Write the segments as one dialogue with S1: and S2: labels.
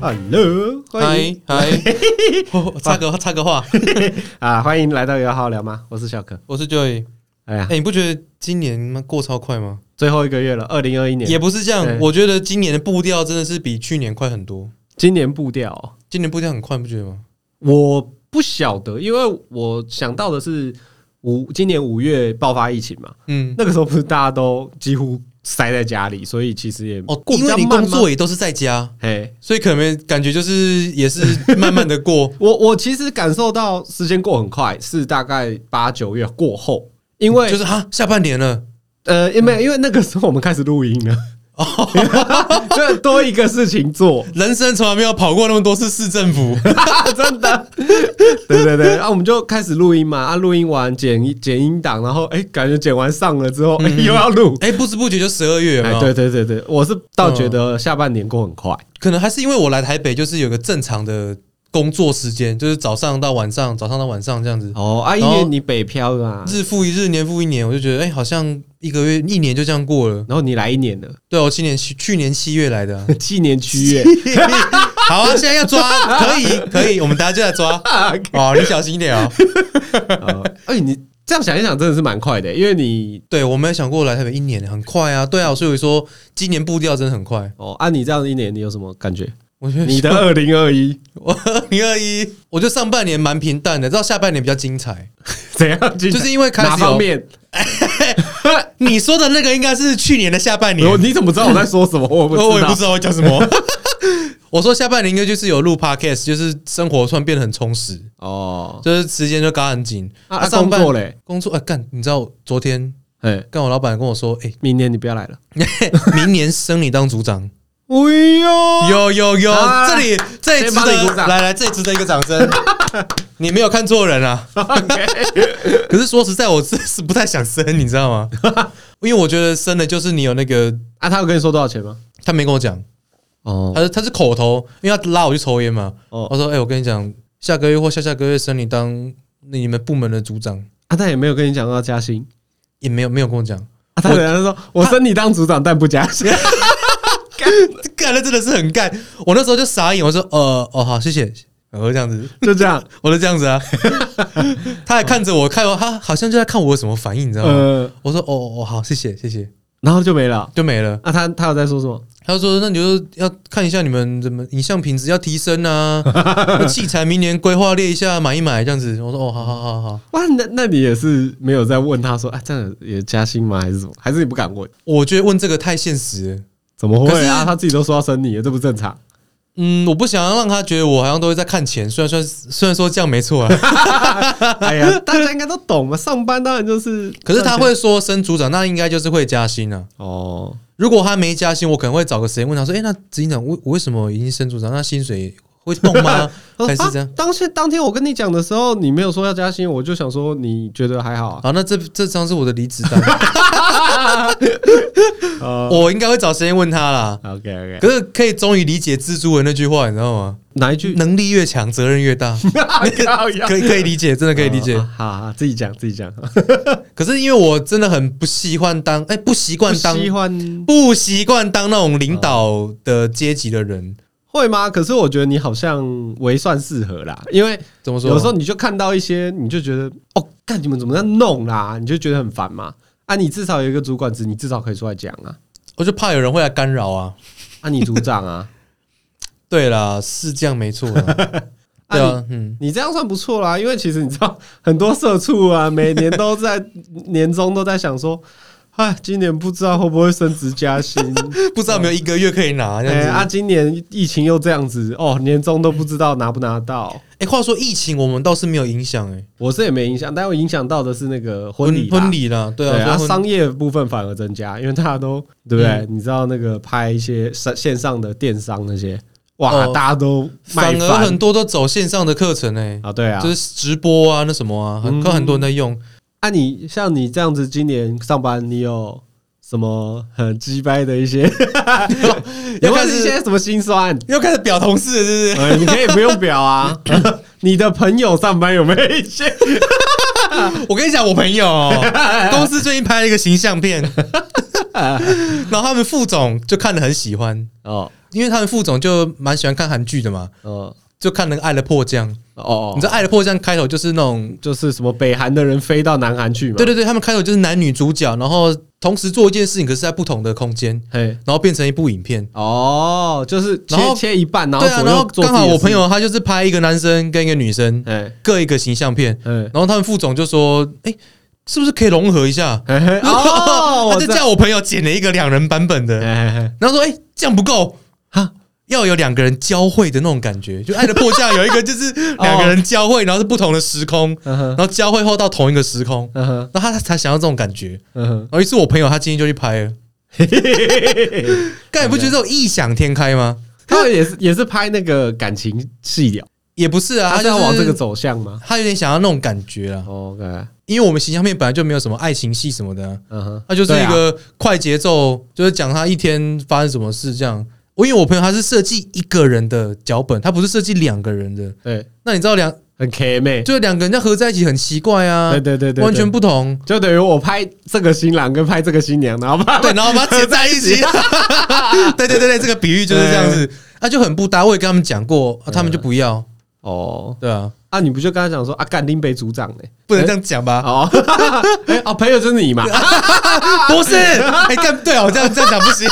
S1: Hello，欢
S2: 嗨
S1: 迎
S2: 嗨，哦插个插个话，
S1: 啊，欢迎来到有好聊吗？我是小可。
S2: 我是 Joy。
S1: 哎呀
S2: 哎、，你不觉得今年妈过超快吗？
S1: 最后一个月了，二零二一年，
S2: 也不是这
S1: 对
S2: 样，我觉得今年的步调真的是比去年快很多。
S1: 今年步调哦、
S2: 今年步调很快，不觉得吗？
S1: 我不晓得，因为我想到的是五今年五月爆发疫情嘛，
S2: 嗯，
S1: 那个时候不是大家都几乎塞在家里，所以其实也
S2: 哦，
S1: 过比
S2: 因为
S1: 较
S2: 你
S1: 慢
S2: 工
S1: 吗
S2: 作也都是在家，
S1: 嘿，
S2: 所以可能感觉就是也是慢慢的过。
S1: 我我其实感受到时间过很快，是大概八九月过后， 因为
S2: 就是哈，下半年了，
S1: 呃，因为因为那个时候我们开始录音了，
S2: 哦
S1: 就多一个事情做，
S2: 人生从来没有跑过那么多次市政 府。
S1: 真的。 对对对，啊，我们就开始录音嘛，啊，录音完剪一剪音档，然后哎、感觉剪完上了之后，哎、又要录。
S2: 哎、不知不觉就十二月了
S1: 哎，
S2: 嘛。
S1: 对对对对，我是倒觉得下半年过很快，
S2: 可能还是因为我来台北，就是有个正常的工作时间，就是早上到晚上，早上到晚上这样子。
S1: 哦，啊，因
S2: 嗯然后
S1: 为你北漂啊嘛，
S2: 日复一日，年复一年，我就觉得，哎、好像一个月、一年就这样过了。
S1: 然后你来一 年了，
S2: 对啊，我今年七去年七月来的啊、
S1: 七年七月，
S2: 好啊，现在要抓，可以，可以，我们大家就来抓。哦，你小心一点哦。
S1: 哦哎，你这样想一想，真的是蛮快的，因为你
S2: 对，我没有想过来台北一年，很快啊。对啊，所以我说今年步调真的很快。
S1: 哦，按你这样一年，你有什么感 觉？
S2: 我觉得
S1: 你的二零二一
S2: 我 二零二一，我觉得上半年蛮平淡的，到下半年比较精彩。
S1: 怎样进
S2: 就
S1: 展？
S2: 是因为开
S1: 哪
S2: 始有
S1: 方 面？
S2: 你说的那个应该是去年的下半年，
S1: 我你怎么知道我在说 什么？我不
S2: 我
S1: 知
S2: 我也不
S1: 道
S2: 知。道我讲什么。 我说下半年应该就是有录 podcast，就是生活突然变得很充实，
S1: 哦，
S2: 就是时间就嘎很紧。
S1: 啊，啊
S2: 上
S1: 工
S2: 班
S1: 作嘞，
S2: 工作哎干，你知道昨天
S1: 哎，
S2: 干我老板跟我说，哎、
S1: 明年你不要来了。
S2: 明年升你当组长。
S1: 哎 呦，
S2: 有有有，
S1: 啊
S2: 这里这里
S1: 先
S2: 值
S1: 帮你
S2: 得
S1: 鼓掌
S2: 来来，这里值得一个掌 声。你没有看错人啊！
S1: 哦
S2: 可是说实在，我真是不太想升，你知道 吗？因为我觉得升了就是你有那个，
S1: 啊，他有跟你说多少钱吗？
S2: 他没跟我讲，
S1: 哦，
S2: 他是他是口头，因为他拉我去抽烟嘛。
S1: 哦
S2: 他说：“哎、我跟你讲，下个月或下下个月升你当你们部门的组长，
S1: 啊，他也没有跟你讲要加薪。
S2: 也没有没有跟我讲。
S1: 啊，他然后说，我升你当组长，但不加 薪。
S2: 干的真的是很干，我那时候就傻眼，我说：呃，哦，好，谢谢。”我就这样子，
S1: 就这样。
S2: 我就这样子啊。 他还看着我，看我，他好像就在看我有什么反应，你知道吗？
S1: 呃，
S2: 我说：哦哦，好，谢谢谢谢，
S1: 然后就没了。
S2: 就没了。
S1: 啊，他他有在说什么？
S2: 他就说：“那你就要看一下你们怎么影像品质要提升啊，器材明年规划列一下，买一买这样子。”我说：“哦，好好好好。”
S1: 哇，那那你也是没有在问他说，啊，这样也加薪吗？还是什么？还是你不敢问？
S2: 我觉得问这个太现实了。
S1: 怎么
S2: 可
S1: 会
S2: 是
S1: 啊？他自己都说要升你了，这不正常。
S2: 嗯，我不想要让他觉得我好像都会在看钱，虽然说虽然说这样没错 啊，
S1: 哎 呀，大家应该都懂嘛，上班当然就是。
S2: 可是他会说升组长，那应该就是会加薪啊。
S1: 哦，
S2: 如果他没加薪，我可能会找个时间问他说：“哎、那执行长，我我为什么已经升组长？那薪水会动吗？ 还是这样
S1: 啊当天当天我跟你讲的时候，你没有说要加薪，我就想说你觉得还好？”啊。
S2: 好，那这这张是我的离职 单，
S1: 呃
S2: 我应该会找时间问他 啦。
S1: ，OK OK，
S2: 可是可以终于理解蜘蛛的那句话，你知道吗？
S1: 哪 一句？
S2: 能力越强，责任 越大，
S1: 可
S2: 可以可以理解，真的可以理解。
S1: 哦好，好自己讲自己 讲。
S2: 可是因为我真的很不喜欢当，哎、不习惯当
S1: 不喜欢
S2: 不习惯当那种领导的阶级的人，
S1: 会吗？可是我觉得你好像为算适合啦，因为
S2: 怎么说？
S1: 有时候你就看到一些，你就觉得哦，干你们怎么在弄啦？你就觉得很烦嘛。啊，你至少有一个主管职，你至少可以出来讲啊。
S2: 我就怕有人会来干扰啊。
S1: 啊，你组长 啊，
S2: 对啦，是这样没错啦。
S1: 啊
S2: 对啊，嗯，
S1: 你这样算不错啦，因为其实你知道很多社畜啊，每年都在 年终都在想说，哎，今年不知道会不会升职加薪，
S2: 不知道有没有一个月可以拿这样
S1: 哎、
S2: 子。哎、
S1: 啊，今年疫情又这样子，哦，年终都不知道拿不拿到。
S2: 哎话说疫情我们倒是没有影响哎、
S1: 我是也没影响，但我影响到的是那个婚礼啦，
S2: 婚礼啦，对
S1: 对
S2: 啊，
S1: 啊，
S2: 所以婚
S1: 商业部分反而增加，因为大家都对不对？你知道那个拍一些线线上的电商那些，哇，
S2: 哦
S1: 大家都卖
S2: 反而很多都走线上的课程哎、
S1: 啊，对啊
S2: 就。是直播啊，那什么啊，很
S1: 嗯
S2: 看很多人在用。
S1: 啊，你像你这样子，今年上班你有什么很鸡掰的 一些，有
S2: 又
S1: 没有
S2: 开
S1: 一
S2: 始
S1: 些什么心 酸？
S2: 又开始表同事了，是不是？
S1: 呃，你可以不用表啊。 你的朋友上班有没有一些？
S2: 我跟你讲，我朋友公司最近拍了一个形象片，然后他们副总就看得很喜欢，
S1: 哦
S2: 因为他们副总就蛮喜欢看韩剧的嘛，
S1: 哦
S2: 就看那个《爱的迫降》。
S1: 哦，
S2: 你知道《爱的迫降》开头就是那种，
S1: 就是什么北韩的人飞到南韩去嘛？
S2: 对对对，他们开头就是男女主角，然后同时做一件事情，可是在不同的空间，
S1: 嘿，
S2: 然后变成一部影片。
S1: 哦，就是
S2: 然后
S1: 切切一半，然后
S2: 对啊，
S1: 左
S2: 然后
S1: 右做
S2: 刚好
S1: 自己的
S2: 我
S1: 事
S2: 朋，友他就是拍一个男生跟一个女生
S1: 哎
S2: 各一个形象片，
S1: 哎
S2: 然后他们副总就说：“哎，是不是可以融合一下？”
S1: 哎，嗯 哦，
S2: 他就
S1: 我知道
S2: 叫我朋友剪了一个两人版本的，
S1: 哎哎哎
S2: 然后说：“哎、这样不够，
S1: 哈，
S2: 要有两个人交汇的那种感觉。就《爱的迫降》有一个就是两个人交汇，然后是不同的时空，
S1: 嗯哼
S2: 然后交汇后到同一个时空，
S1: 嗯哼
S2: 然后他才想要这种感觉。
S1: 嗯哼，
S2: 然后于是我朋友他今天就去拍了，盖不觉得这种异想天开吗？
S1: 他们也是也是拍那个感情戏的，
S2: 也不是啊，
S1: 他
S2: 他
S1: 是
S2: 就是
S1: 要往这个，走向吗
S2: 他有点想要那种感觉啊，
S1: ？OK，
S2: 因为我们形象片本来就没有什么爱情戏什么的啊、
S1: 嗯哼，
S2: 它就是
S1: 对
S2: 一
S1: 啊
S2: 个快节奏，就是讲他一天发生什么事这样。我因为我朋友他是设计一个人的脚本，他不是设计两个人的。
S1: 对，
S2: 那你知道两
S1: 很 K 妹，
S2: 就是两个人要合在一起很奇怪啊，
S1: 对对对对，
S2: 完全
S1: 对
S2: 不同。
S1: 就等于我拍这个新郎跟拍这个新娘，然后把
S2: 对，然后把它结在一起。 对对对对，这个比喻就是这样子，那就很不搭。我也跟他们讲过，啊他们就不要。
S1: 哦，
S2: 对啊，
S1: 啊，你不就跟他讲说啊，干丁北组长呢？
S2: 不能这样讲吧？
S1: 哦，哎哦，朋友就是你嘛，
S2: 不是，哎，干对哦，这样这样讲不行，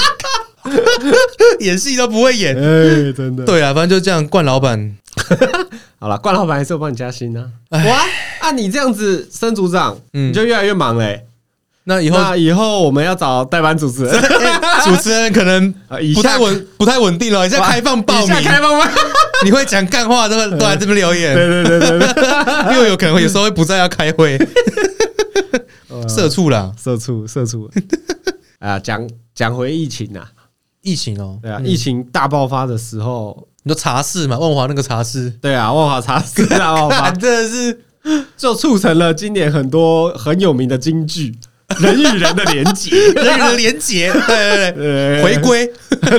S2: 演戏都不会演。
S1: 哎，真的，
S2: 对啊，反正就这样。冠老板，
S1: 好了，冠老板还是有帮你加薪啊。哇，啊，你这样子升组长，
S2: 嗯
S1: 你就越来越忙嘞。
S2: 那以后哎
S1: 那以后我们要找代班主持 人，
S2: 主持人可能
S1: 啊以
S2: 不
S1: 下
S2: 太稳，不太稳定了。你现在开放报
S1: 以
S2: 名
S1: 下，开放吗？
S2: 你会讲干话都都来这边留言，
S1: 对对 对对对，
S2: 因为有可能会有时候会不在要开会，社畜啦，
S1: 哦社畜社 畜。啊，讲讲回疫情啊，
S2: 疫情哦，
S1: 对啊，
S2: 嗯
S1: 疫情大爆发的时候，
S2: 你说茶室嘛，万华那个茶室，
S1: 对啊，万华茶室大爆发
S2: 啊， 真的是
S1: 就促成了今年很多很有名的京 剧《人与人的连结
S2: 人与人连结，对对对》对，回
S1: 对，
S2: 归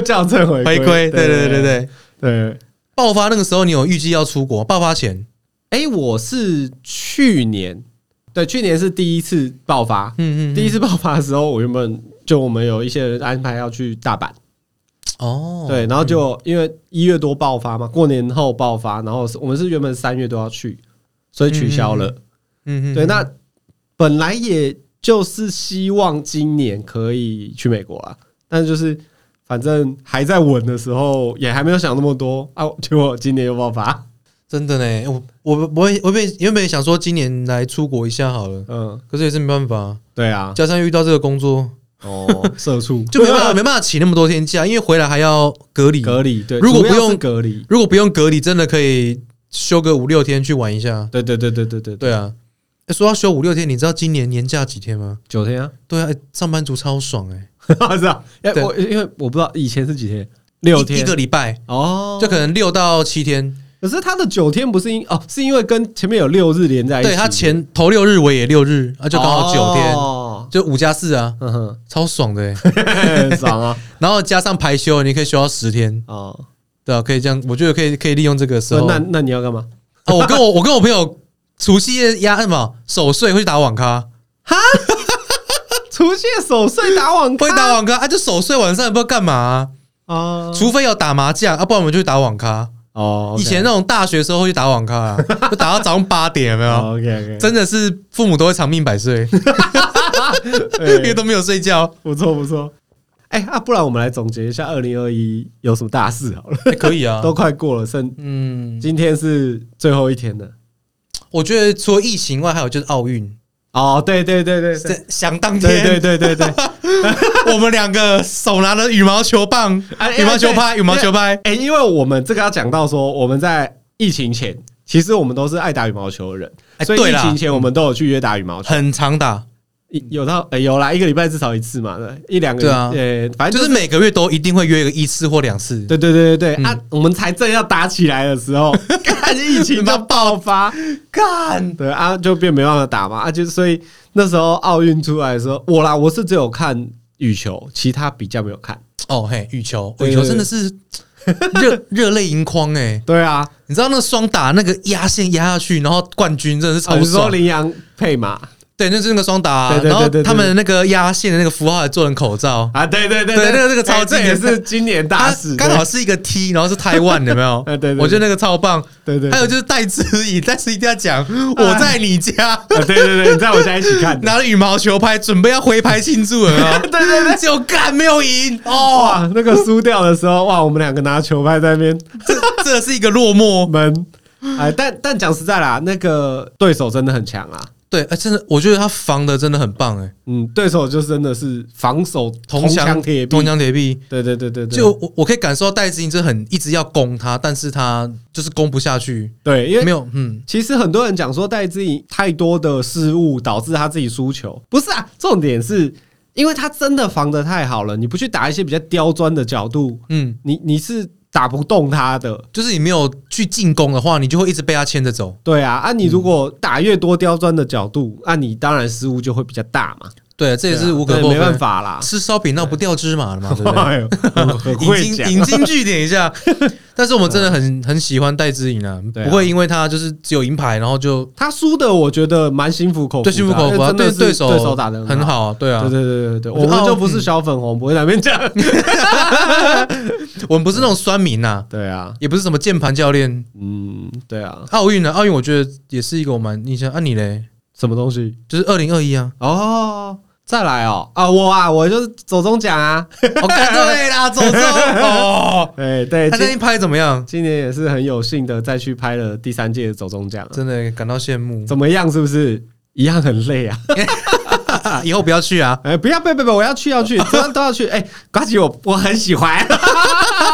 S1: 校正回
S2: 回归，对对对对
S1: 对
S2: 对。
S1: 对。
S2: 爆发那个时候，你有预计要出国？爆发前，
S1: 哎，我是去年，对，去年是第一次爆发。
S2: 嗯嗯，
S1: 第一次爆发的时候，我原本就我们有一些人安排要去大阪，
S2: 哦，
S1: 对，然后就因为一月多爆发嘛，过年后爆发，然后是我们是原本三月都要去，所以取消了。
S2: 嗯，嗯嗯，
S1: 对，那本来也就是希望今年可以去美国啊，但是就是反正还在稳的时候，也还没有想那么多啊，结果今年又爆发，
S2: 真的呢，我我我我原本原本想说今年来出国一下好了，
S1: 嗯，
S2: 可是也是没办法，
S1: 对啊，
S2: 加上遇到这个工作，
S1: 哦， 社畜
S2: 就没办 法没办法请那么多天假，因为回来还要隔离。
S1: 隔离，对，
S2: 如果
S1: 主要
S2: 不用
S1: 是隔离，
S2: 如果不用隔离，真的可以休个五六天去玩一下。
S1: 对对对对对对对，
S2: 对啊，欸说要休五六天，你知道今年年假几天吗？
S1: 九天啊，
S2: 对啊，欸上班族超爽哎、
S1: 是啊，哎
S2: 对
S1: 我因为我不知道以前是几天，六
S2: 一一
S1: 天
S2: 个礼拜
S1: 哦，
S2: 就可能六到七天。
S1: 可是他的九天不是因哦，是因为跟前面有六日连在一起，
S2: 对他前头六日我也六日啊，就刚好九天，
S1: 哦
S2: 就五加四啊，
S1: 嗯哼，
S2: 超爽的、欸。
S1: 很 爽啊，
S2: 然后加上排休，你可以休到十天，
S1: 哦，
S2: 对啊，可以这样，我觉得可以可以利用这个时
S1: 所以
S2: 候。
S1: 那那你要干嘛？
S2: 哦，我跟 我我跟我朋友除夕夜压什么守岁会去打 网咖。
S1: 除夕守岁打网
S2: 不
S1: 咖
S2: 会打网咖啊，就守岁晚上也不知道干嘛啊、
S1: 哦
S2: 除非有打麻将啊，不然我们就去打网咖。
S1: 哦，
S2: 以前那种大学时候会去打网咖 啊，就打到早上八点，有没有？
S1: OK 哦 OK，
S2: 真的是父母都会长命百岁， 因为
S1: 真
S2: 都没有睡觉。
S1: 哎 不错不错。哎啊，不然我们来总结一下二零二一有什么大事好了，
S2: 欸可以啊
S1: 都快过了，剩
S2: 嗯，
S1: 今天是最后一天了。
S2: 我觉得除了疫情外，还有就是奥运。
S1: 哦，对对对对对
S2: 这想当
S1: 对对
S2: 天，
S1: 对对 对，
S2: 我们两个手拿了羽毛球棒、
S1: 哎哎
S2: 羽毛球拍、
S1: 对
S2: 羽毛球拍。
S1: 哎、因为我们这个要讲到说，我们在疫情前，其实我们都是爱打羽毛球的人，
S2: 哎
S1: 所以
S2: 对
S1: 疫
S2: 啦
S1: 情前我们都有去约打羽毛球，
S2: 很常打，
S1: 一有到、呃有啦，一个礼拜至少一次嘛，对，一两个，
S2: 对啊
S1: 呃，反正
S2: 就是每个月都一定会约个一次或两次。
S1: 对对对对对、
S2: 嗯
S1: 啊，我们才正要打起来的 时候，看疫情就爆发，
S2: 干，
S1: 对啊，就变没办法打嘛，啊，就所以那时候奥运出来的时候，我啦，我是只有看羽球，其他比较没有看，
S2: 哦嘿，羽球，
S1: 对
S2: 羽
S1: 对
S2: 球
S1: 对
S2: 真的是热 热泪盈眶哎、
S1: 对啊，
S2: 你知道那双打那个压线压下去，然后冠军真的是
S1: 哦
S2: 超
S1: 你说
S2: 爽。
S1: 羚羊配马，
S2: 对，就是那个双打啊、
S1: 对对对
S2: 然后
S1: 对对
S2: 他们那个压线的那个符号还做成口罩，
S1: 啊，对对对
S2: 对那个那个超
S1: 哎这
S2: 经
S1: 也
S2: 典
S1: 是今年大
S2: 它
S1: 事，
S2: 刚好是一个 T，然后是台湾，有没有？
S1: 啊 哎对对对
S2: 我觉得那个超棒。
S1: 对对对
S2: 还有就是戴之颖，戴之颖一定要讲我在你家，
S1: 对啊对对对，你在我家一起看的，！
S2: 拿了羽毛球拍，准备要挥拍庆祝了啊
S1: 对对对，
S2: 就干没有赢哦，
S1: 哇，那个输掉的时候，哇，我们两个拿球拍在那边
S2: 这这是一个落寞。
S1: 闷。哎，但但讲实在啦，那个对手真的很强啊。
S2: 对，哎，真的，我觉得他防的真的很棒，哎，
S1: 嗯，对手就真的是防守铜墙
S2: 墙
S1: 铁壁
S2: 铜。墙铁壁。
S1: 对对对对对，
S2: 就我我可以感受到戴资颖真的很一直要攻他，但是他就是攻不下去，
S1: 对，因为
S2: 没有，嗯，
S1: 其实很多人讲说戴资颖太多的失误导致他自己输球，不是啊，重点是因为他真的防得太好了，你不去打一些比较刁钻的角度，
S2: 嗯，
S1: 你你是打不动他的。
S2: 就是你没有去进攻的话，你就会一直被他牵着走。
S1: 对啊，啊，你如果打越多刁钻的角度，啊，你当然失误就会比较大嘛，
S2: 对，这也
S1: 对
S2: 是
S1: 啊
S2: 无可
S1: 对
S2: 厚非。
S1: 没办法啦。
S2: 吃烧饼闹不掉芝麻了嘛，对不对？
S1: 哎呦很会
S2: 引
S1: 讲
S2: 经，引经据典 一下，但是我们真的很很喜欢戴资颖啊，
S1: 对啊
S2: 不会因为他就是只有银牌，然后就
S1: 他输的我觉得蛮心服口服的
S2: 对
S1: 啊，
S2: 心服口服啊，
S1: 因为真
S2: 对
S1: 的是
S2: 对手
S1: 对手打的
S2: 很。好啊，对啊
S1: 对，对对对对，
S2: 我
S1: 我
S2: 觉得
S1: 们
S2: 哦
S1: 就不是小粉红，不会在那边 讲。
S2: 我们不是那种酸民呐，
S1: 对啊，
S2: 也不是什么键盘教练。
S1: 嗯，对啊，
S2: 奥运呢，奥运我觉得也是一个我蛮印象。啊，你嘞，
S1: 什么东西？
S2: 就是二零二一啊，
S1: 哦，再来哦啊，我啊，我就是走中奖啊。
S2: 哦， 干对啦，走走 哦。
S1: 哎，对，
S2: 他那一
S1: 今
S2: 拍怎么样？
S1: 今年也是很有幸的再去拍了第三届的走中 奖啊，
S2: 真的感到羡慕。
S1: 怎么样？是不是一样很累啊？
S2: 啊以后不要去啊！
S1: 哎，不要，不要，不要，我要去，要 去，都要都要去。哎，瓜吉，我我很喜欢。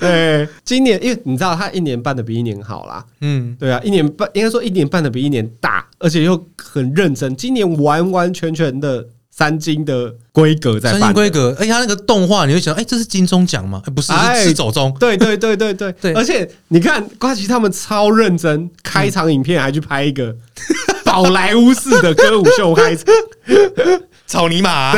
S1: 哎，今年因为你知道，他一年办的比一年好啦。
S2: 嗯，
S1: 对啊，一年半应该说一年半的比一年大，而且又很认真。今年完完全全的三金的规格在
S2: 三
S1: 办
S2: 星
S1: 的，
S2: 规格，哎而且他那个动画，你会想，哎，这是金钟奖吗？哎不是，
S1: 哎
S2: 是是走中。
S1: 对对对对对
S2: 对
S1: 而且你看瓜吉他们超认真，开场影片还去拍一 个宝莱坞式的歌舞秀开场，
S2: 草泥马 啊、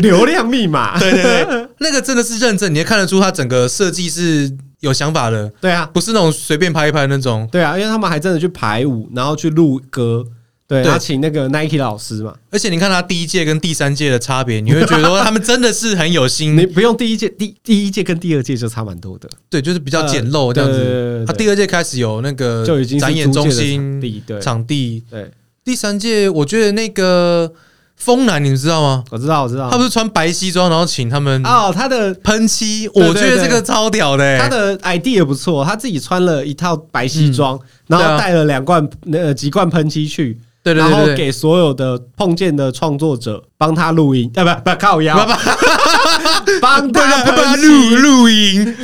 S1: 流量密码。
S2: 对对 对，那个真的是认真，你也看得出他整个设计是有想法的，
S1: 对啊，
S2: 不是那种随便拍一拍那种。
S1: 对啊，因为他们还真的去排舞，然后去录歌。对，
S2: 对
S1: 他请那个 Nike 老师嘛，
S2: 而且你看他第一届跟第三届的差别，你会觉得 说他们真的是很有心
S1: 你，不用第一届、第第一届跟第二届就差蛮多的，
S2: 对，就是比较简陋这样
S1: 呃对对
S2: 子
S1: 对对。
S2: 他第二届开始有那个
S1: 就已经是
S2: 展演
S1: 租
S2: 中
S1: 借的场
S2: 心
S1: 地对
S2: 场地，
S1: 对，
S2: 第三届我觉得那个风男你们知道吗？
S1: 我知道，我知道。
S2: 他不是穿白西装，然后请他们
S1: 啊哦，他的
S2: 喷漆，
S1: 对
S2: 我觉
S1: 对
S2: 得
S1: 对
S2: 这个超屌的欸。
S1: 他的 ID 也不错，他自己穿了一套白西装，然
S2: 对
S1: 后
S2: 啊
S1: 带了两罐呃几罐喷漆去，
S2: 对对
S1: 然后
S2: 对对，
S1: 给所有的碰见的创作者帮他录音，啊不不靠 腰，帮他
S2: 不然
S1: 喷
S2: 露
S1: 漆，
S2: 露营，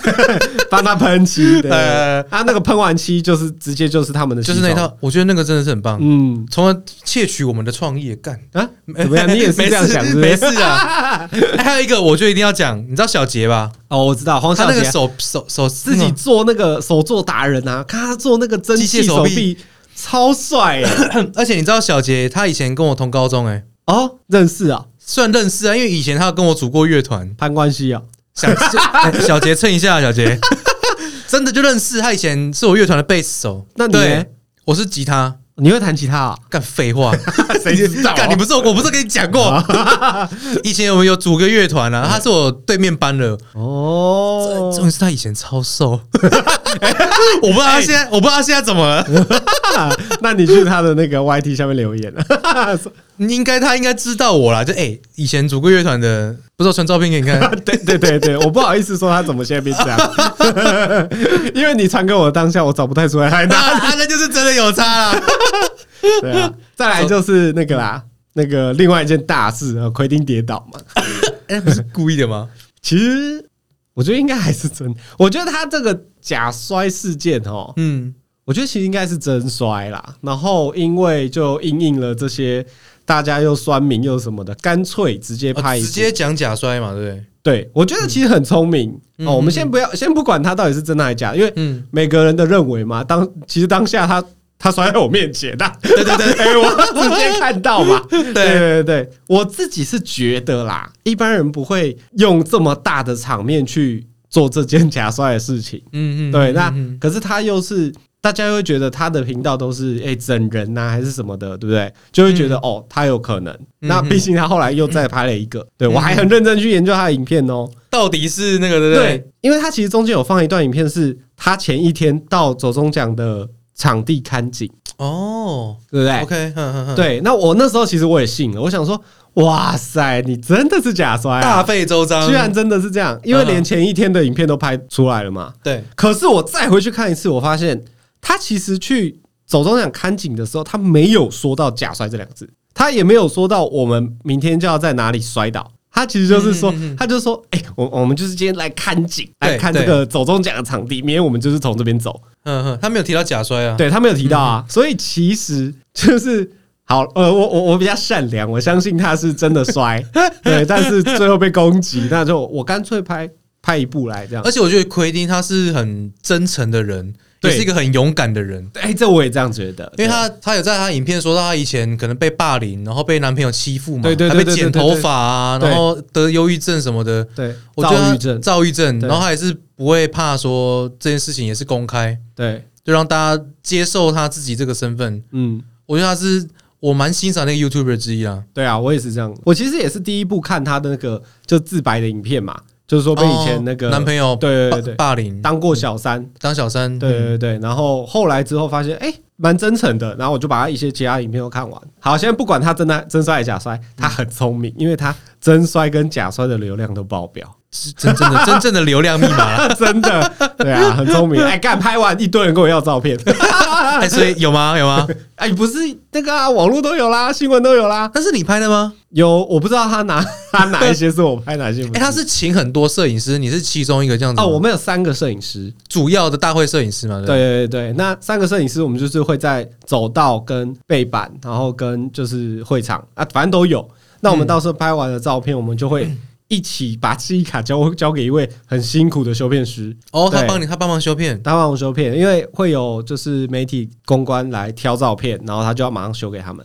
S1: 帮他喷漆的。
S2: 呃，
S1: 他啊那个喷完漆就是直接就是他们的，
S2: 就是那一，套，我觉得那个真的是很棒，
S1: 嗯
S2: 从而窃取我们的创意，干。
S1: 啊，怎么样？你也是这样想是不
S2: 没
S1: 是
S2: 事？没事啊。哎还有一个，我就一定要讲，你知道小杰吧？
S1: 哦，我知道黄
S2: 他
S1: 小
S2: 那个
S1: 杰啊
S2: 手手手自
S1: 自己做那个手作达人啊，看他做那个蒸汽
S2: 机械手
S1: 手
S2: 臂
S1: 臂，超帅欸耶！
S2: 嗯而且你知道小杰他以前跟我同高中，哎，
S1: 哦，认识啊，
S2: 虽然认识啊，因为以前他有跟我组过乐团。
S1: 攀关系啊，
S2: 小 哎小杰蹭一下，小杰 真的就认识他，以前是我乐团的贝斯手。
S1: 那你呢
S2: 对，我是吉他。
S1: 你会弹吉他啊？
S2: 干废 话，
S1: 谁知道啊
S2: 干你不是我不是跟你讲过，哦 以前我们有组个乐团啊，他是我对面班的，重
S1: 哦，
S2: 点是他以前超 瘦，我不知道他现在，我不知道他现在怎么了，
S1: 那你去他的那个 YT 下面留言 啊。
S2: 你应该他应该知道我啦，就哎、以前组过乐团的，不是我传照片给你 看，
S1: 对对对对，我不好意思说他怎么现在变这样， 因为你传给我的当下，我找不太出来他在 哪。
S2: 那那就是真的有差啦。
S1: 对啊，再来就是那个啦，那个另外一件大事，呃奎丁跌倒嘛。
S2: 哎、不是故意的吗？
S1: 其实我觉得应该还是真，我觉得他这个假摔事件哦，
S2: 嗯，
S1: 我觉得其实应该是真摔啦。然后因为就因应了这些，大家又酸民又什么的，干脆直接
S2: 啊
S1: 拍一
S2: 直
S1: 部
S2: 接讲假摔嘛，对不对？
S1: 对，我觉得其实很聪明、
S2: 嗯
S1: 哦。
S2: 嗯
S1: 我们先不要，先不管他到底是真的还是假的，因为
S2: 嗯，
S1: 每个人的认为嘛，当其实当下他他摔在我面前，他
S2: 对对对，
S1: 哎，我直接看到嘛。对
S2: 对
S1: 对对对，我自己是觉得啦，一般人不会用这么大的场面去做这件假摔的事情。
S2: 嗯嗯，
S1: 对，
S2: 嗯
S1: 那
S2: 嗯
S1: 可是他又是大家会觉得他的频道都是哎、整人呐、还是什么的，对不对？就会觉
S2: 嗯
S1: 得、哦，他有可能。那毕竟他后来又再拍了一
S2: 嗯
S1: 个，对我还很认真去研究他的影片哦。
S2: 到底是那个对不对？
S1: 对，因为他其实中间有放一段影片，是他前一天到左中奖的场地看景，
S2: 哦
S1: 对不对？
S2: ，OK，哼嗯哼哼，
S1: 哎对，那我那时候其实我也信了，我想说，哇塞，你真的是假摔
S2: 大嗯
S1: 啊！
S2: 费周章，
S1: 居然真的是这样，因为连前一天的影片都拍出来了嘛。
S2: 对，
S1: 可是我再回去看一次，我发现他其实去走中奖看景的时候，他没有说到假摔这两个字，他也没有说到我们明天就要在哪里摔倒。他其实就是说，他就说，哎、我我们就是今天来看景，
S2: 对
S1: 来看这个走中奖的场地，明天我们就是从这边走。
S2: 嗯哼，他没有提到假摔啊，
S1: 对他没有提到啊，所以其实就是好，呃，我我我比较善良，我相信他是真的 摔，对，但是最后被攻击，那就我干脆拍拍一部来这样。
S2: 而且我觉得奎丁他是很真诚的人，也
S1: 对
S2: 是一个很勇敢的人，
S1: 哎、这我也这样觉得，
S2: 因为他他有在他影片说到他以前可能被霸凌，然后被男朋友欺负嘛，
S1: 对对对
S2: 还被
S1: 对对
S2: 剪
S1: 对
S2: 头
S1: 对
S2: 发啊，
S1: 对
S2: 然后得忧郁症什么的。
S1: 对
S2: 我
S1: 对
S2: 觉得
S1: 躁
S2: 他
S1: 郁症，
S2: 躁郁症，
S1: 对
S2: 然后他也是不会怕说这件事情也是公开，
S1: 对，
S2: 就让大家接受他自己这个身份。
S1: 嗯，
S2: 我觉得他是我蛮欣赏那个 YouTuber 之一啦。
S1: 对啊，我也是这样。我其实也是第一部看他的那个就自白的影片嘛，就是说被以前那个、
S2: 哦男朋友
S1: 对对对
S2: 霸霸凌，
S1: 当过小三，
S2: 当小三，
S1: 对
S2: 嗯
S1: 对对，然后后来之后发现，哎、蛮真诚的，然后我就把他一些其他影片都看完。好，现在不管他真的真摔还是假摔，他很聪明，因为他真摔跟假摔的流量都爆表，
S2: 是真正的真正的流量密码啦。
S1: 真的，对啊，很聪明。哎、干拍完一堆人跟我要照片，
S2: 哎，所以有吗？有吗？
S1: 哎、不是那个啊，网络都有啦，新闻都有啦，
S2: 那是你拍的吗？
S1: 有我不知道他拿他哪一些是我拍，哪一些不
S2: 哎，
S1: 是。
S2: 他是请很多摄影师，你是其中一个这样子吗。
S1: 哦，嗯我们有三个摄影师，
S2: 主要的大会摄影师嗯嘛，对不
S1: 对对
S2: 对，
S1: 对对，那三个摄影师，我们就是会在走道跟背板，然后跟就是会场啊，反正都有。那我们到时候拍完的照片，我们就会一起把记忆卡交交给一位很辛苦的修片师，
S2: 哦，他
S1: 对
S2: 帮你，他帮忙修片，
S1: 他帮我修片，因为会有就是媒体公关来挑照片，然后他就要马上修给他们。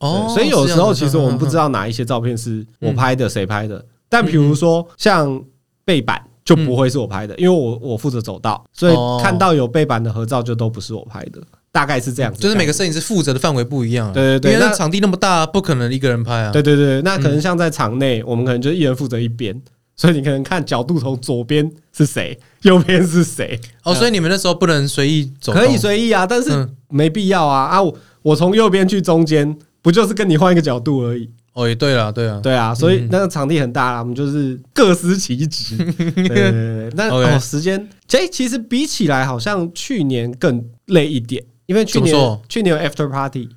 S2: 哦
S1: 对，所以有时候其实我们不知
S2: 道，
S1: 道哪一些照片是我拍的，谁拍的。但比如说像背板就不会是我拍的，因为我我负责走道，所
S2: 哦
S1: 以看到有背板的合照就都不是我拍的，大概是这样子。
S2: 就是每个摄影师负责的范围不一样啊。
S1: 对对对
S2: 因为那
S1: 那
S2: 场地那么大，不可能一个人拍啊。
S1: 对对对，那可能像在场内，我们可能就一人负责一
S2: 嗯
S1: 边，所以你可能看角度从左边是谁，右边是谁，
S2: 哦，所以你们那时候不能随意走动，
S1: 可以随意啊，但是
S2: 嗯
S1: 没必要啊啊！我我从右边去中间，不就是跟你换一个角度而已？
S2: 哦，也对啦，对啊，
S1: 对啊，所以那个场地很大啦，我们就是各司其 职。对对对对，那
S2: OK
S1: 哦，时间，这其实比起来好像去年更累一点，因为去
S2: 怎么
S1: 年
S2: 说
S1: 去年有 after party，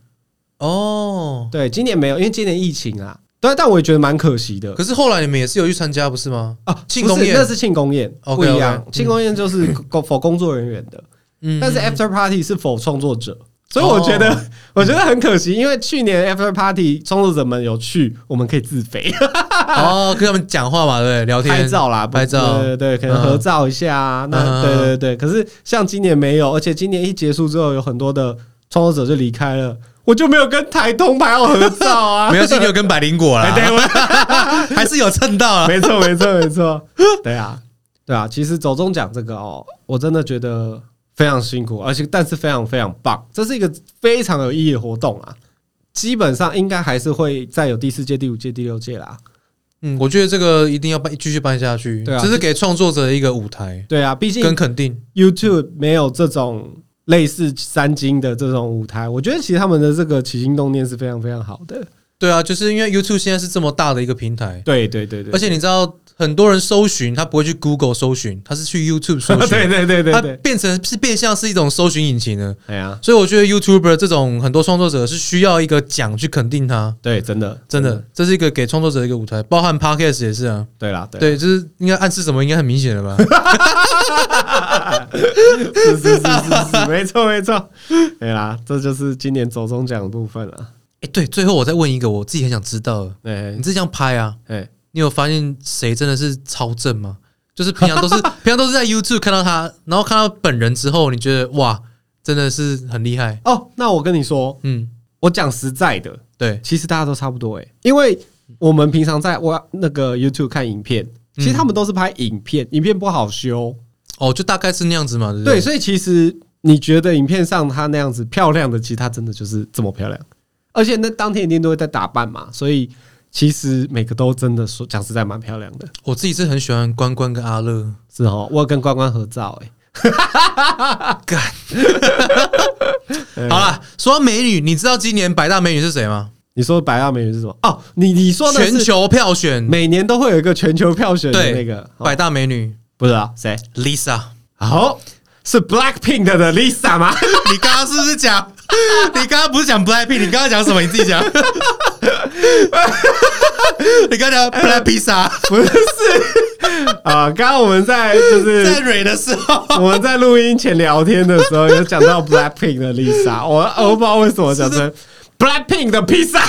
S2: 哦。
S1: 对，今年没有，因为今年疫情啊。对，但我也觉得蛮可惜的
S2: 可是后来你们也是有去参加，不是吗？
S1: 啊。
S2: 庆功宴
S1: 不是那是庆功宴，
S2: OK，
S1: 不一样
S2: OK，。
S1: 庆功宴就是工否工作人员的，
S2: 嗯，哦
S1: 但是 after party 是否创作者，所以我觉得我觉得很可惜，因为去年 after party 创作者们有去，我们可以自肥。
S2: 哦，跟他们讲话嘛，对不对，聊天
S1: 拍照啦，不
S2: 拍照
S1: 对对对，可能合照一下啊。
S2: 嗯
S1: 那对对对，可是像今年没有，而且今年一结束之后，有很多的创作者就离开了，我就没有跟台通拍到合照 啊。
S2: 没有进就跟百灵果
S1: 哎，对
S2: 啦，，
S1: 我
S2: 还是有蹭到啦。
S1: 没错没错没错， 对啊对啊。其实走中奖这个哦，我真的觉得非常辛苦，而且但是非常非常棒，这是一个非常有意义的活动啊。基本上应该还是会再有第四届、第五届、第六届啦。
S2: 嗯，我觉得这个一定要办，继续办下去，
S1: 对啊
S2: 这是给创作者的一个舞台
S1: 对啊，毕竟
S2: 跟肯定。
S1: YouTube 没有这种类似三金的这种舞台，我觉得其实他们的这个起心动念是非常非常好的。
S2: 对啊，就是因为 YouTube 现在是这么大的一个平台，
S1: 对对对对，
S2: 而且你知道，很多人搜寻他不会去 Google 搜寻，他是去 YouTube 搜寻，
S1: 对对对对
S2: 它
S1: 对，
S2: 变成是变相是一种搜寻引擎了。
S1: 哎呀，
S2: 所以我觉得 YouTuber 这种很多创作者是需要一个奖去肯定他，
S1: 对，真的
S2: 真的，这是一个给创作者的一个舞台，包含 Podcast 也是啊。
S1: 对啦，对啦，
S2: 对，就是应该暗示什么，应该很明显了吧？
S1: 是是是是是，没错没错，对啦，这就是今年走中奖的部分啊了。
S2: 哎，对，最后我再问一个，我自己很想知道的，
S1: 哎
S2: 你这样拍啊，
S1: 哎，
S2: 你有发现谁真的是超正吗？就是平常都是 平常都是在 YouTube 看到他，然后看到本人之后，你觉得哇，真的是很厉害。
S1: 哦，那我跟你说，
S2: 嗯，
S1: 我讲实在的，
S2: 对，
S1: 其实大家都差不多哎、因为我们平常在我那个 YouTube 看影片，其实他们都是拍影片，影片不好修。
S2: 哦，就大概是那样子嘛，对不
S1: 对，
S2: 对？
S1: 所以其实你觉得影片上她那样子漂亮的，其实她真的就是这么漂亮，而且那当天一定都会在打扮嘛，所以其实每个都真的说讲实在蛮漂亮的，
S2: 我自己是很喜欢关关跟阿乐，
S1: 是哦，我有跟关关合照、欸，
S2: 干。
S1: 哎，
S2: 好，了，说到美女，你知道今年百大美女是谁吗？
S1: 你说百大美女是什么？哦，你你说的
S2: 全
S1: 是
S2: 球票选
S1: 每年都会有一个全球票选的
S2: 对
S1: 那个，哦
S2: 百大美女
S1: 不知道谁？
S2: Lisa。
S1: 好，是 Blackpink 的 Lisa 吗？
S2: 你刚刚是不是讲？你刚刚不是讲 Blackpink？你刚刚讲什么？你自己讲。你刚刚讲 Black Pizza
S1: 不是 啊，刚刚我们在就是
S2: 在蕊的时候，
S1: 我们在录音前聊天的时候有讲到 Blackpink 的 Lisa，我我不知道为什么讲成 Blackpink 的披萨，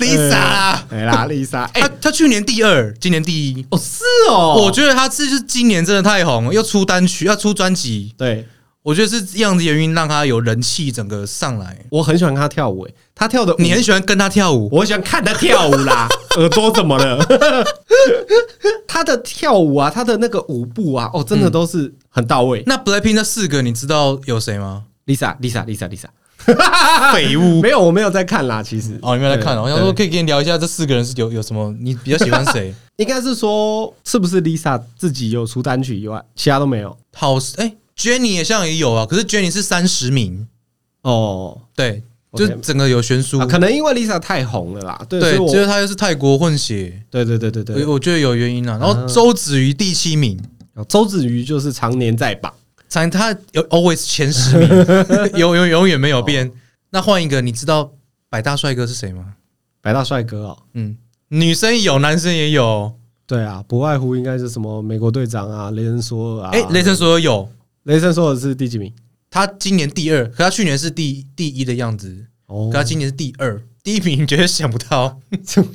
S2: Lisa 啦，啊
S1: 对啦，Lisa，哎、
S2: 她她去年第二，今年第一。
S1: 哦是哦，
S2: 我觉得她这就是今年真的太红，了，又出单曲，要出专辑，
S1: 对
S2: 我觉得是这样子的原因让她有人气整个上来。
S1: 我很喜欢看她跳舞、哎，她跳的舞
S2: 你很喜欢跟她跳舞，
S1: 我喜欢看她跳舞啦， 耳朵怎么了？ 她的跳舞啊，她的那个舞步啊，哦，真的都是很到位。
S2: 那 Blackpink 那四个你知道有谁吗？
S1: Lisa，Lisa，Lisa，Lisa，
S2: 废物
S1: 没有，我没有在看啦，其实
S2: 哦，你没有在看哦，我
S1: 对
S2: 想说
S1: 对
S2: 可以跟你聊一下这四个人是有有什么，你比较喜欢谁？
S1: 应该是说是不是 Lisa 自己有出单曲以外，其他都没有
S2: 好，哎、j e n n y 也像也有啊，可是 Jenny 是三十名，
S1: 哦。
S2: 对
S1: OK
S2: 就整个有悬殊，
S1: 啊，可能因为 Lisa 太红了啦，对，
S2: 对，
S1: 所以我
S2: 就是哎他又是泰国混血，
S1: 对对对对对，
S2: 我我觉得有原因啊。然
S1: 啊
S2: 后周子瑜第七名，
S1: 哦周子瑜就是常年在榜，
S2: 才他有 always 前十 名，永永永远没有
S1: 哦
S2: 变。那换一个，你知道百大帅哥是谁吗？
S1: 百大帅哥哦，
S2: 嗯，女生有，男生也有，
S1: 对啊，不外乎应该是什么美国队长啊，雷神索尔啊，
S2: 哎、雷神所有有，
S1: 雷神索尔是第几名？
S2: 他今年第二，可他去年是第第一的样子，
S1: 哦
S2: 可，他今年是第二，第一名你绝对想不到，
S1: 谁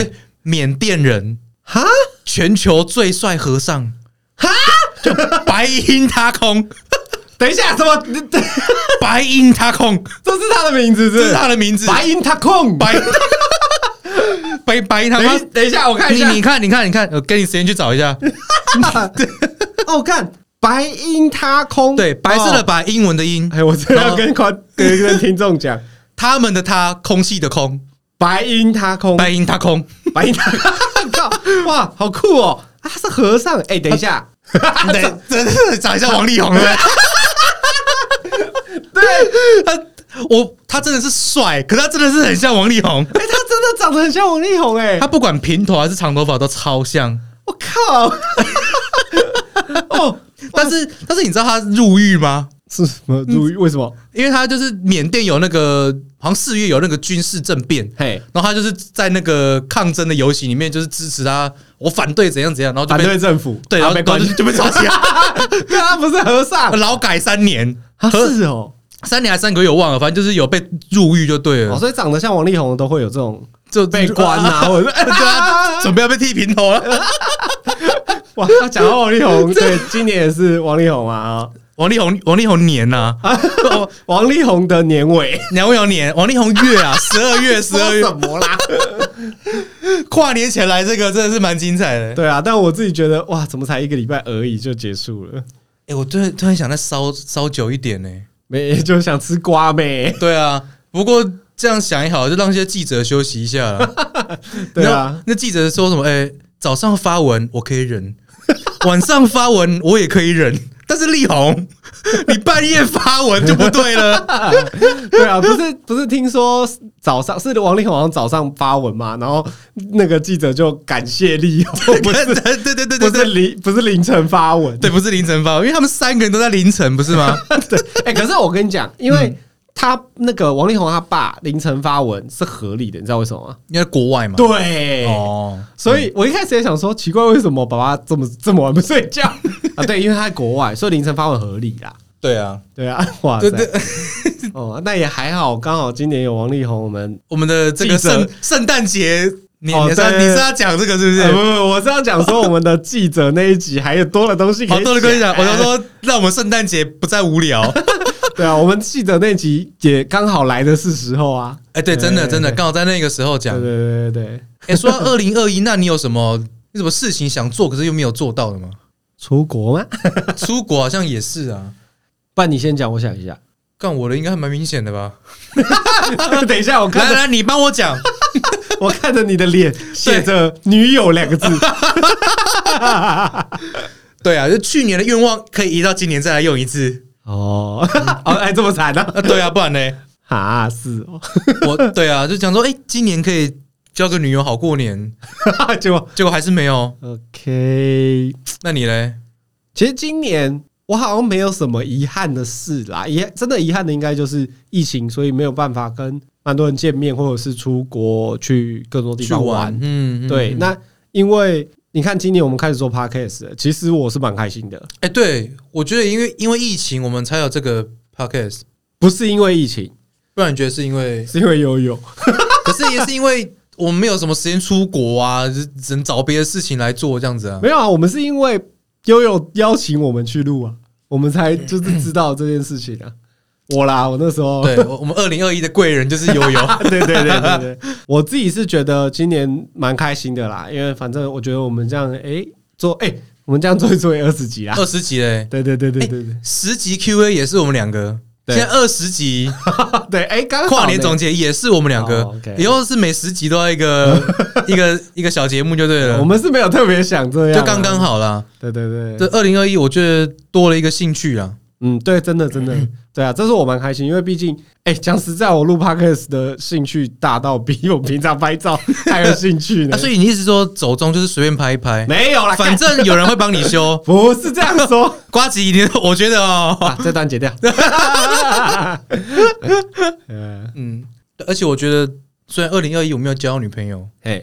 S2: 是？缅甸人。
S1: 哈，
S2: 全球最帅和尚，哈，就白鹰他 空，
S1: 等一下，什么？ 这
S2: 白鹰他空，
S1: 这是他的名字
S2: 这是
S1: 是？
S2: 他的名字，
S1: 白银他控。
S2: 白白白鹰他
S1: 等一
S2: 空。
S1: 等一下，我看一
S2: 你
S1: 下。
S2: 你看你看你看，我给你时间去找一下。
S1: 哦，看白银他空。
S2: 对，白色的
S1: 哦。
S2: 白，英文的英，
S1: 哎，我真的要跟观跟跟听众讲，
S2: 他们的他，空气的空，
S1: 白银他空，
S2: 白鹰 他空。
S1: 白银他靠， 哇，好酷哦！啊他是和尚。哎，等一下。
S2: 对，真的找一下王力 宏了。对他，我他真的是帅，可他真的是很像王力宏。
S1: 哎、他真的长得很像王力宏哎、
S2: 他不管平头还是长头发都超像。
S1: 我靠！ 哦，
S2: 但是但是你知道他入狱吗？
S1: 是什么入狱？为什么？
S2: 因为他就是缅甸有那个好像四月有那个军事政变，
S1: 嘿，
S2: 然后他就是在那个抗争的游行里面，就是支持他，我反对怎样怎样，然后就
S1: 反
S2: 被
S1: 对政府，
S2: 对，然
S1: 然后
S2: 后
S1: 被
S2: 然后
S1: 关啊
S2: 就，就被抓起来，
S1: 他不是和尚，
S2: 劳改三年，
S1: 他
S2: 和
S1: 是哦，
S2: 三年还三个月我忘了，反正就是有被入狱就对
S1: 哦，
S2: 了，
S1: 所以长得像王力宏都会有这种
S2: 就
S1: 被关啊， 或者是
S2: 对啊，准备要被剃平 头了。
S1: 哇，他讲到王力 宏，对，今年也是王力宏啊，
S2: 王力宏，王力宏年呐、 啊，
S1: 哦王力宏的年尾，
S2: 梁文宏年，王力宏 月啊，十二月，十二
S1: 说
S2: 月
S1: 什么啦？
S2: 跨年前来这个真的是蛮精彩 的。
S1: 对啊，但我自己觉得哇，怎么才一个礼拜而已就结束了，
S2: 哎、我突然突然想再烧烧久一点呢、
S1: 没 就想吃瓜 呗，
S2: 对啊，不过这样想一好，就让一些记者休息一下啦
S1: 对啊，
S2: 那，那记者说什么？哎、早上发文我可以忍，晚上发文我也可以忍，但是力宏，你半夜发文就不对了。
S1: 对啊，不是不是，听说早上是王力宏好像早上发文嘛，然后那个记者就感谢 力宏， 不
S2: 对
S1: 是
S2: 对对对
S1: 不
S2: 对
S1: 是
S2: 对，
S1: 凌不是凌晨发文，
S2: 对不是凌晨发文，因为他们三个人都在凌晨，不是吗？
S1: 对，哎、可是我跟你
S2: 嗯
S1: 讲，因为他那个王力宏他爸凌晨发文是合理的，你知道为什么吗？
S2: 因为国外嘛。
S1: 对
S2: 哦，
S1: 所以我一开始也想说，奇怪，为什么爸爸这么这么晚不睡 觉啊？对，因为他在国外，所以凌晨发文合理啦。
S2: 对啊，
S1: 对啊，哇
S2: 对对
S1: 塞，，哦，那也还好，刚好今年有王力宏，我们
S2: 我们的这个
S1: 记者
S2: 圣圣诞节，你
S1: 哦
S2: 你是要
S1: 对
S2: 你
S1: 对对
S2: 是要讲这个是不是
S1: 呃？不不不，我是要讲说我们的记者那一集还有多了东西可以
S2: 哦
S1: 哎
S2: 好多人跟你讲，我就说让我们圣诞节不再无聊。
S1: 对啊，我们记者那集也刚好来的是时候啊。
S2: 哎，对，真的真的，刚好在那个时候
S1: 对
S2: 讲
S1: 对。对对对，
S2: 哎，说到二零二一，那你有什么有什么事情想做，可是又没有做到的吗？
S1: 出国吗？
S2: 出国好像也是啊。
S1: 不然你先讲，我想一下。
S2: 干我的应该还蛮明显的吧？
S1: 等一下，我
S2: 来
S1: 看着
S2: 来，你帮我讲。
S1: 我看着你的脸，写着“女友”两个字。
S2: 对啊，就去年的愿望可以移到今年再来用一次
S1: 哦， 哦，哎，这么惨 呢、
S2: 啊。对啊，不然呢？
S1: 啊？啊，是哦，
S2: 我对啊，就讲说，哎、今年可以交个女友好过年，
S1: 结果
S2: 结果还是没有。
S1: OK。
S2: 那你嘞？
S1: 其实今年我好像没有什么遗憾的事啦，遗真的遗憾的应该就是疫情，所以没有办法跟蛮多人见面，或者是出国去更多地
S2: 去
S1: 方
S2: 玩？嗯，嗯
S1: 对，
S2: 嗯
S1: 那因为你看，今年我们开始做 podcast，了其实我是蛮开心的，
S2: 哎、对，我觉得因为因为疫情，我们才有这个 podcast，
S1: 不是因为疫情，
S2: 不然你觉得是因为？
S1: 是因为悠悠。
S2: 可是也是因为我们没有什么时间出国啊，只只能找别的事情来做这样子啊。
S1: 没有啊，我们是因为悠悠邀请我们去录啊，我们才就是知道这件事情啊。我啦，我那时 候
S2: 对，我我们二零二一的贵人就 是悠悠。
S1: 对对对对对，我自己是觉得今年蛮开心的啦，因为反正我觉得我们这样诶做诶，我们这样做一做也二十集啦。
S2: 二十集嘞，
S1: 对对对对对对
S2: 十集 Q&A 也是我们两个，
S1: 对
S2: 现在二十 集
S1: 对，哎，刚好
S2: 跨年总
S1: 呢
S2: 结也是我们两
S1: 哦
S2: 个
S1: ，OK，
S2: 以后是每十集都要 一个一个一个小节目就对
S1: 我
S2: 了，
S1: 们是没有特别想这样啊，
S2: 就刚刚好啦。
S1: 对对对，
S2: 这二零二一我觉得多了一个兴趣啊，
S1: 嗯，对，真的，真 的，对啊，这是我蛮开心，因为毕竟，哎、讲实在，我录 podcast 的兴趣大到比我平常拍照还有兴趣呢。
S2: 啊，所以你意思说走中就是随便拍一拍，
S1: 没有啦，啊
S2: 反
S1: 干。
S2: 正有人会帮你修
S1: 不是这样说
S2: 瓜子一定，我觉得哦，
S1: 啊，这段 剪掉。 呃，
S2: 嗯，而且我觉得虽然二零二一我没有交女朋友，
S1: 哎，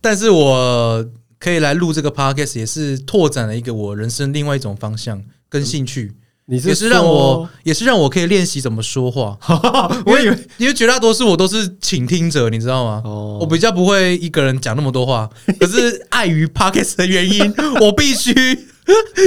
S2: 但是我可以来录这个 podcast，也是拓展了一个我人生另外一种方向跟兴趣，
S1: 嗯你
S2: 也
S1: 说
S2: 是让我，也是让我可以练习怎么说话。
S1: 我以为
S2: 因为绝大多数我都是倾听者，你知道吗？
S1: 哦
S2: 我比较不会一个人讲那么多话，可是碍于 podcast 的 原因，我必须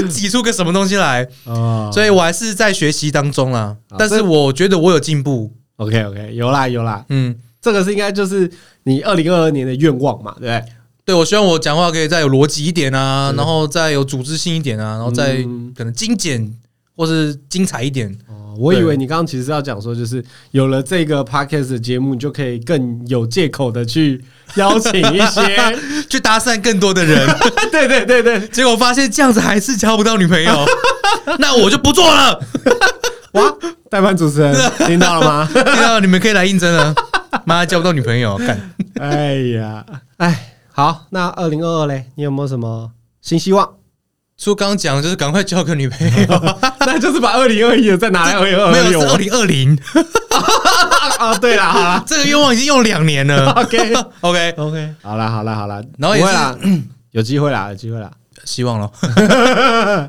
S2: 挤出个什么东西来，
S1: 嗯哦，啊
S2: 所以我还是在学习当中啦
S1: 好。
S2: 但是
S1: 这
S2: 我觉得我有进步，
S1: OK OK，有啦有啦，
S2: 嗯，
S1: 这个是应该就是你二零二二年的愿望嘛，对不对？
S2: 对我希望我讲话可以再有逻辑一点啊，
S1: 对
S2: 然后再有组织性一点啊，然后再
S1: 嗯
S2: 可能精简或是精彩一点。
S1: 哦，我以为你刚刚其实是要讲说，就是有了这个 podcast 的节目，你就可以更有借口的去邀请一些
S2: 去搭讪更多的人，
S1: 对对对对，
S2: 结果发现这样子还是交不到女朋 友，那我就不做了。
S1: 哇，代班主持人听到了吗？
S2: 对啊，你们可以来应征啊！妈交不到女朋友，干
S1: 哎呀，哎，好，那二零二二嘞，你有没有什么新希 望？
S2: 说刚刚讲的就是赶快交个女 朋
S1: 哎
S2: 友，
S1: 那就是把二零二一的再拿来二零
S2: 没有 是二零二零，
S1: 啊，对了，好 啦
S2: 这个愿望已经用两年 了。
S1: OK
S2: OK，
S1: OK，好啦好啦好啦，
S2: 然后也
S1: 不
S2: 是
S1: 会 啦，有机会啦，有机会啦，
S2: 希望 咯。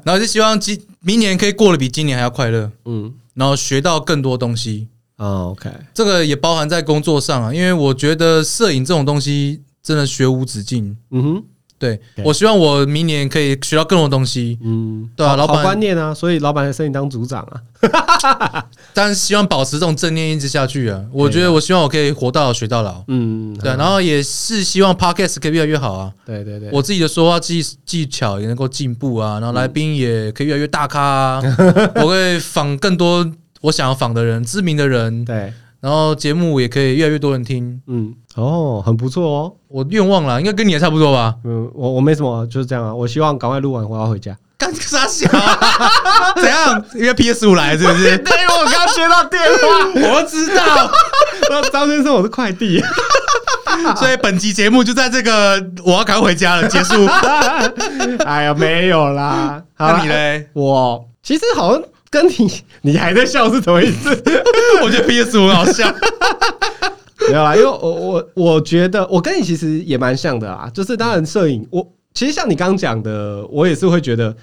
S2: 然后就希望今明年可以过得比今年还要快乐，
S1: 嗯，
S2: 然后学到更多东西。
S1: 哦 OK，
S2: 这个也包含在工作上啊，因为我觉得摄影这种东西真的学无止境。
S1: 嗯哼，
S2: 对
S1: OK
S2: 我希望我明年可以学到更多东西，
S1: 嗯，
S2: 对啊
S1: 好
S2: 老板
S1: 好观念啊，所以老板还升你当组长啊，
S2: 但是希望保持这种正念一直下去啊。我觉得我希望我可以活到老学到老。
S1: 嗯，
S2: 对啊，然后也是希望 podcast 可以越来越好啊，
S1: 对对对，
S2: 我自己的说话技技巧也能够进步啊，然后来宾也可以越来越大咖啊， 我会访更多我想要访的人，知名的人，
S1: 对，
S2: 然后节目也可以越来越多人听。
S1: 嗯，哦，很不错哦，
S2: 我愿望啦，应该跟你也差不多吧？
S1: 嗯，我我没什么，就是这样啊，我希望赶快录完，我要回家。
S2: 干啥小、啊？ 怎样？约 PS 五来是不 是？
S1: 对，我刚接到电话，
S2: 我知道，
S1: 那张先生我是快递。
S2: 所以本期节目就在这个，我要赶快回家了，结束。
S1: 哎呀，没有啦。 好啦
S2: 那你？嘞？
S1: 我其实好像跟你，你还在笑是什么意思？
S2: 我觉得 PS 五很好笑。
S1: 没有啦，因为我我我觉得我跟你其实也蛮像的啦，就是当然摄影，我其实像你刚刚讲的，我也是会觉得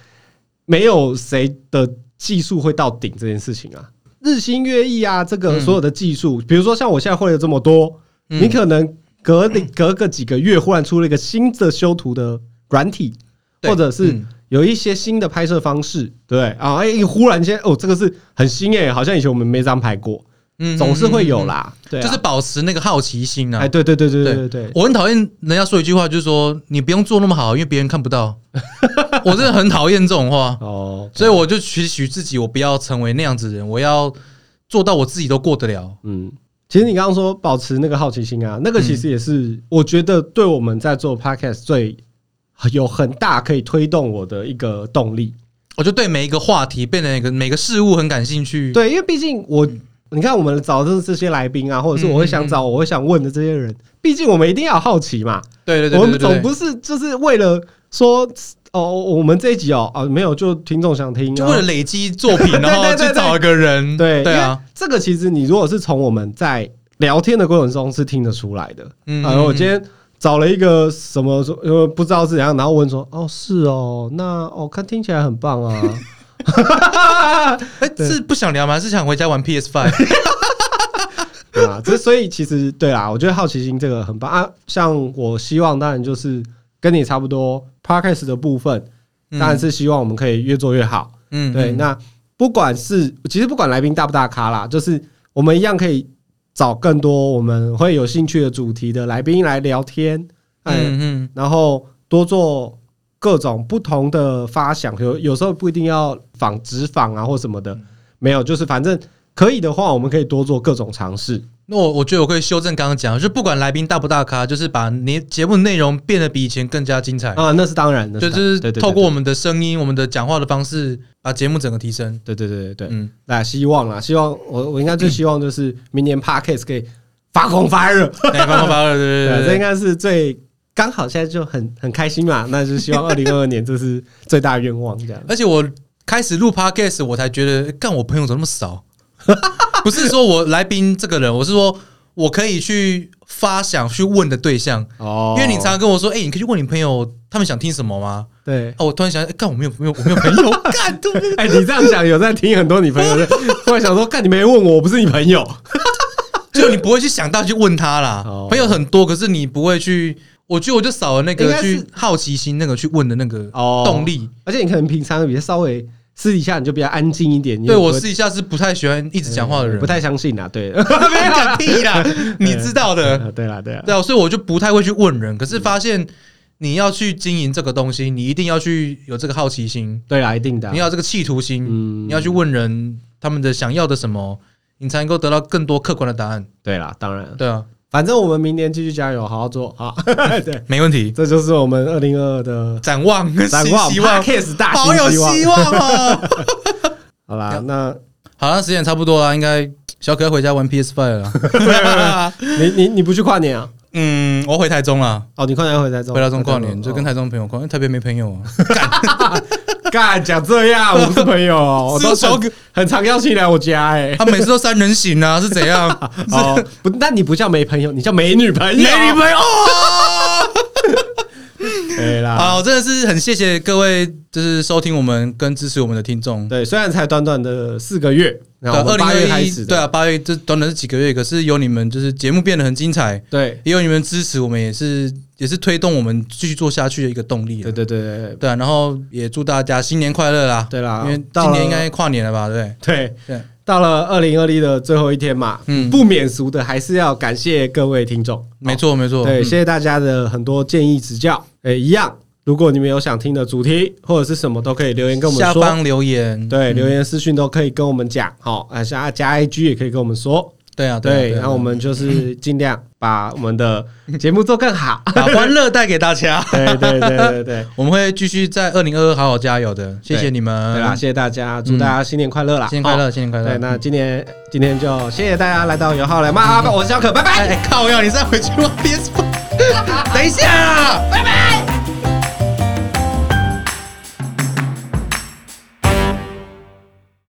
S1: 没有谁的技术会到顶这件事情啊，日新月异啊，这个
S2: 嗯
S1: 所有的技术，比如说像我现在会了这么多，
S2: 嗯
S1: 你可能隔离隔个几个月，忽然出了一个新的修图的软体，
S2: 对
S1: 或者是
S2: 嗯
S1: 有一些新的拍摄方式，对不对啊，哎、忽然间哦，这个是很新诶、好像以前我们没这样拍过。
S2: 嗯
S1: 总是会有，啦。对啊，
S2: 就是保持那个好奇心啊
S1: 哎，。对对对对对对对，
S2: 我很讨厌人家说一句话，就是说你不用做那么好，因为别人看 不到。我真的很讨厌这种话，
S1: 哦，
S2: 所以我就取许自己，我不要成为那样子的人，我要做到我自己都过得了。
S1: 嗯，其实你刚刚说保持那个好奇心啊，
S2: 嗯
S1: 那个其实也是、我觉得对我们在做 podcast 最有很大可以推动我的一个动力。
S2: 我就对每一个话题、变成一个每个事物很感兴趣。
S1: 对，因为毕竟我。
S2: 嗯
S1: 你看，我们找的这些来宾啊，或者是我会想找、我会想问的这些人，毕竟我们一定要有好奇嘛。
S2: 对对对
S1: 我
S2: 对
S1: 们
S2: 对
S1: 总
S2: 对，
S1: 不是就是为了说哦，我们这一集哦，啊没有，就听众想听，
S2: 就
S1: 然后
S2: 为了累积作品，然后
S1: 对对对
S2: 去找一个人。
S1: 对
S2: 对
S1: 因
S2: 啊
S1: 为，这个其实你如果是从我们在聊天的过程中是听得出来的。
S2: 嗯
S1: 啊，我今天找了一个什么说呃不知道是怎样，然后问说哦是哦，那哦看听起来很棒 啊，
S2: 哎是不想聊吗？是想回家玩 PS Five？
S1: 对啊，这所以其实对啊啦，我觉得好奇心这个很棒啊。像我希望当然就是跟你差不多 p o d c a s t 的部分，当然是希望我们可以越做越好。
S2: 嗯
S1: 对，那不管是其实不管来宾大不大咖啦，就是我们一样可以找更多我们会有兴趣的主题的来宾来聊天，哎，
S2: 嗯
S1: 然后多做各种不同的发想，有有时候不一定要仿直仿啊或什么的，
S2: 嗯
S1: 没有，就是反正可以的话，我们可以多做各种尝试。
S2: 那我我觉得我可以修正刚刚讲，就不管来宾大不大咖，就是把你节目内容变得比以前更加精彩，
S1: 啊，那是当然的，
S2: 就
S1: 那当
S2: 是
S1: 然对对对
S2: 透过我们的声音、我们的讲话的 方式，哎把节目整个提升。
S1: 对对对对对，
S2: 嗯，
S1: 那希望啦，希望我我应该 最希望就是明年 Parkes 可以发光发热，
S2: 哎，发发了，对
S1: 对，
S2: 对
S1: 这应
S2: 对对，。
S1: 该是最刚好现在就很很开心嘛， 那就希望二零二二年这是最大愿望这样
S2: 而且我开始录 podcast，我才觉得，干我朋友怎么那么少？ 不是说我来宾这个人，我是说我可以去发想去问的对象，
S1: 哦
S2: 因为你常常跟我说，哎，你可以去问你朋友他们想听什么吗？
S1: 对，
S2: 哦，我突然想，哎，干我没有没有我没有朋 友，干对不对？
S1: 哎、你这样讲有在听很多你朋 友的，突然想说，看你没问我，我不是你朋友。
S2: 就你不会去想到去问他啦
S1: 哦。
S2: 朋友很多，可是你不会去，我觉得我就少了那
S1: 应
S2: 个
S1: 该是
S2: 去好奇心，那个去问的那个
S1: 哦
S2: 动力。
S1: 而且你可能平常比较稍微私底下你就比较安静一点。你
S2: 对
S1: 也不
S2: 我
S1: 会
S2: 私底下是不太喜欢一直讲话的人，
S1: 不太相 信啦。对，
S2: 没有讲屁 啦，你知道的。
S1: 啊对啦，对啦，
S2: 对啊，所以我就不太会去问人。可是发现你要去经营这个东西，你一定要去有这个好奇心，
S1: 对啦，一定的啊。
S2: 你要有这个企图心，
S1: 嗯
S2: 你要去问人他们的想要的什么，你才能够得到更多客观的答案。
S1: 对啦，当然，
S2: 对啊，
S1: 反正我们明年继续加油，好好做 好。对，
S2: 没问题。
S1: 这就是我们二零二二的
S2: 展望，
S1: 展望
S2: 新希望，
S1: ，Kiss 大
S2: 好
S1: 新
S2: 有
S1: 希望。
S2: 希望哦。
S1: 好啦，那
S2: 好像时间也差不多了，应该小可要回家玩 PS Five 了。
S1: 你你你不去跨年啊？
S2: 嗯，我回台中了，
S1: 哦，你跨年回台中，哦
S2: 回台中过年，就跟
S1: 他
S2: 台中朋友过，因为台北没朋友啊。
S1: 干讲这 样，我们是朋友哦，我
S2: 是
S1: 都
S2: 小
S1: 很
S2: 可，
S1: 很常邀请你来我家 哎。
S2: 他每次都三人行啊，是怎样？
S1: 哦，不，那你不叫没朋友，你叫没女朋友，
S2: 没女朋友哦啊！
S1: 对啦。
S2: 好，真的是很谢谢各位，就是收听我们跟支持我们的听众。
S1: 对，虽然才短短的四个月，然
S2: 对，
S1: 后
S2: 二零
S1: 啊八月
S2: 二
S1: 开
S2: 一，
S1: 始
S2: 对
S1: 的，
S2: 啊，八月这短短是几个月，可是有你们，就是节目变得很精彩，
S1: 对
S2: 也有你们支持，我们也是也是推动我们继续做下去的一个动力啊。
S1: 对对对对
S2: 对啊，然后也祝大家新年快乐啦！
S1: 对啦
S2: 因为
S1: 到
S2: 今
S1: 了哦
S2: 年应该跨年了吧？对不
S1: 对
S2: 对对
S1: 对，到了二零二一的最后一天嘛，
S2: 嗯
S1: 不免俗的还是要感谢各位听众，
S2: 没错没错，
S1: 对，
S2: 嗯
S1: 谢谢大家的很多建议指教。诶，一样，如果你们有想听的主题或者是什么，都可以留言跟我们
S2: 下
S1: 说。
S2: 方留言，
S1: 对，
S2: 嗯
S1: 留言私讯都可以跟我们讲，好，啊，加加 IG 也可以跟我们说，
S2: 对啊啊
S1: 对，
S2: 啊
S1: 然后我们就是尽量把我们的节目做更
S2: 。
S1: 好
S2: 把欢乐带给大
S1: ，
S2: 家
S1: 对对对对对，
S2: 我们会继续在二零二二好好加油的，谢谢你们，
S1: 对啦，谢谢大家，祝大家新年快乐啦！
S2: 嗯新年快
S1: 哦！
S2: 乐，新年快
S1: 对，
S2: 乐。
S1: 那今天今天就谢谢大家来到油号来
S2: 哎
S1: 骂，我是小可，拜拜。
S2: 哎，靠呀！你再回去玩 PS，等一下啊，拜拜。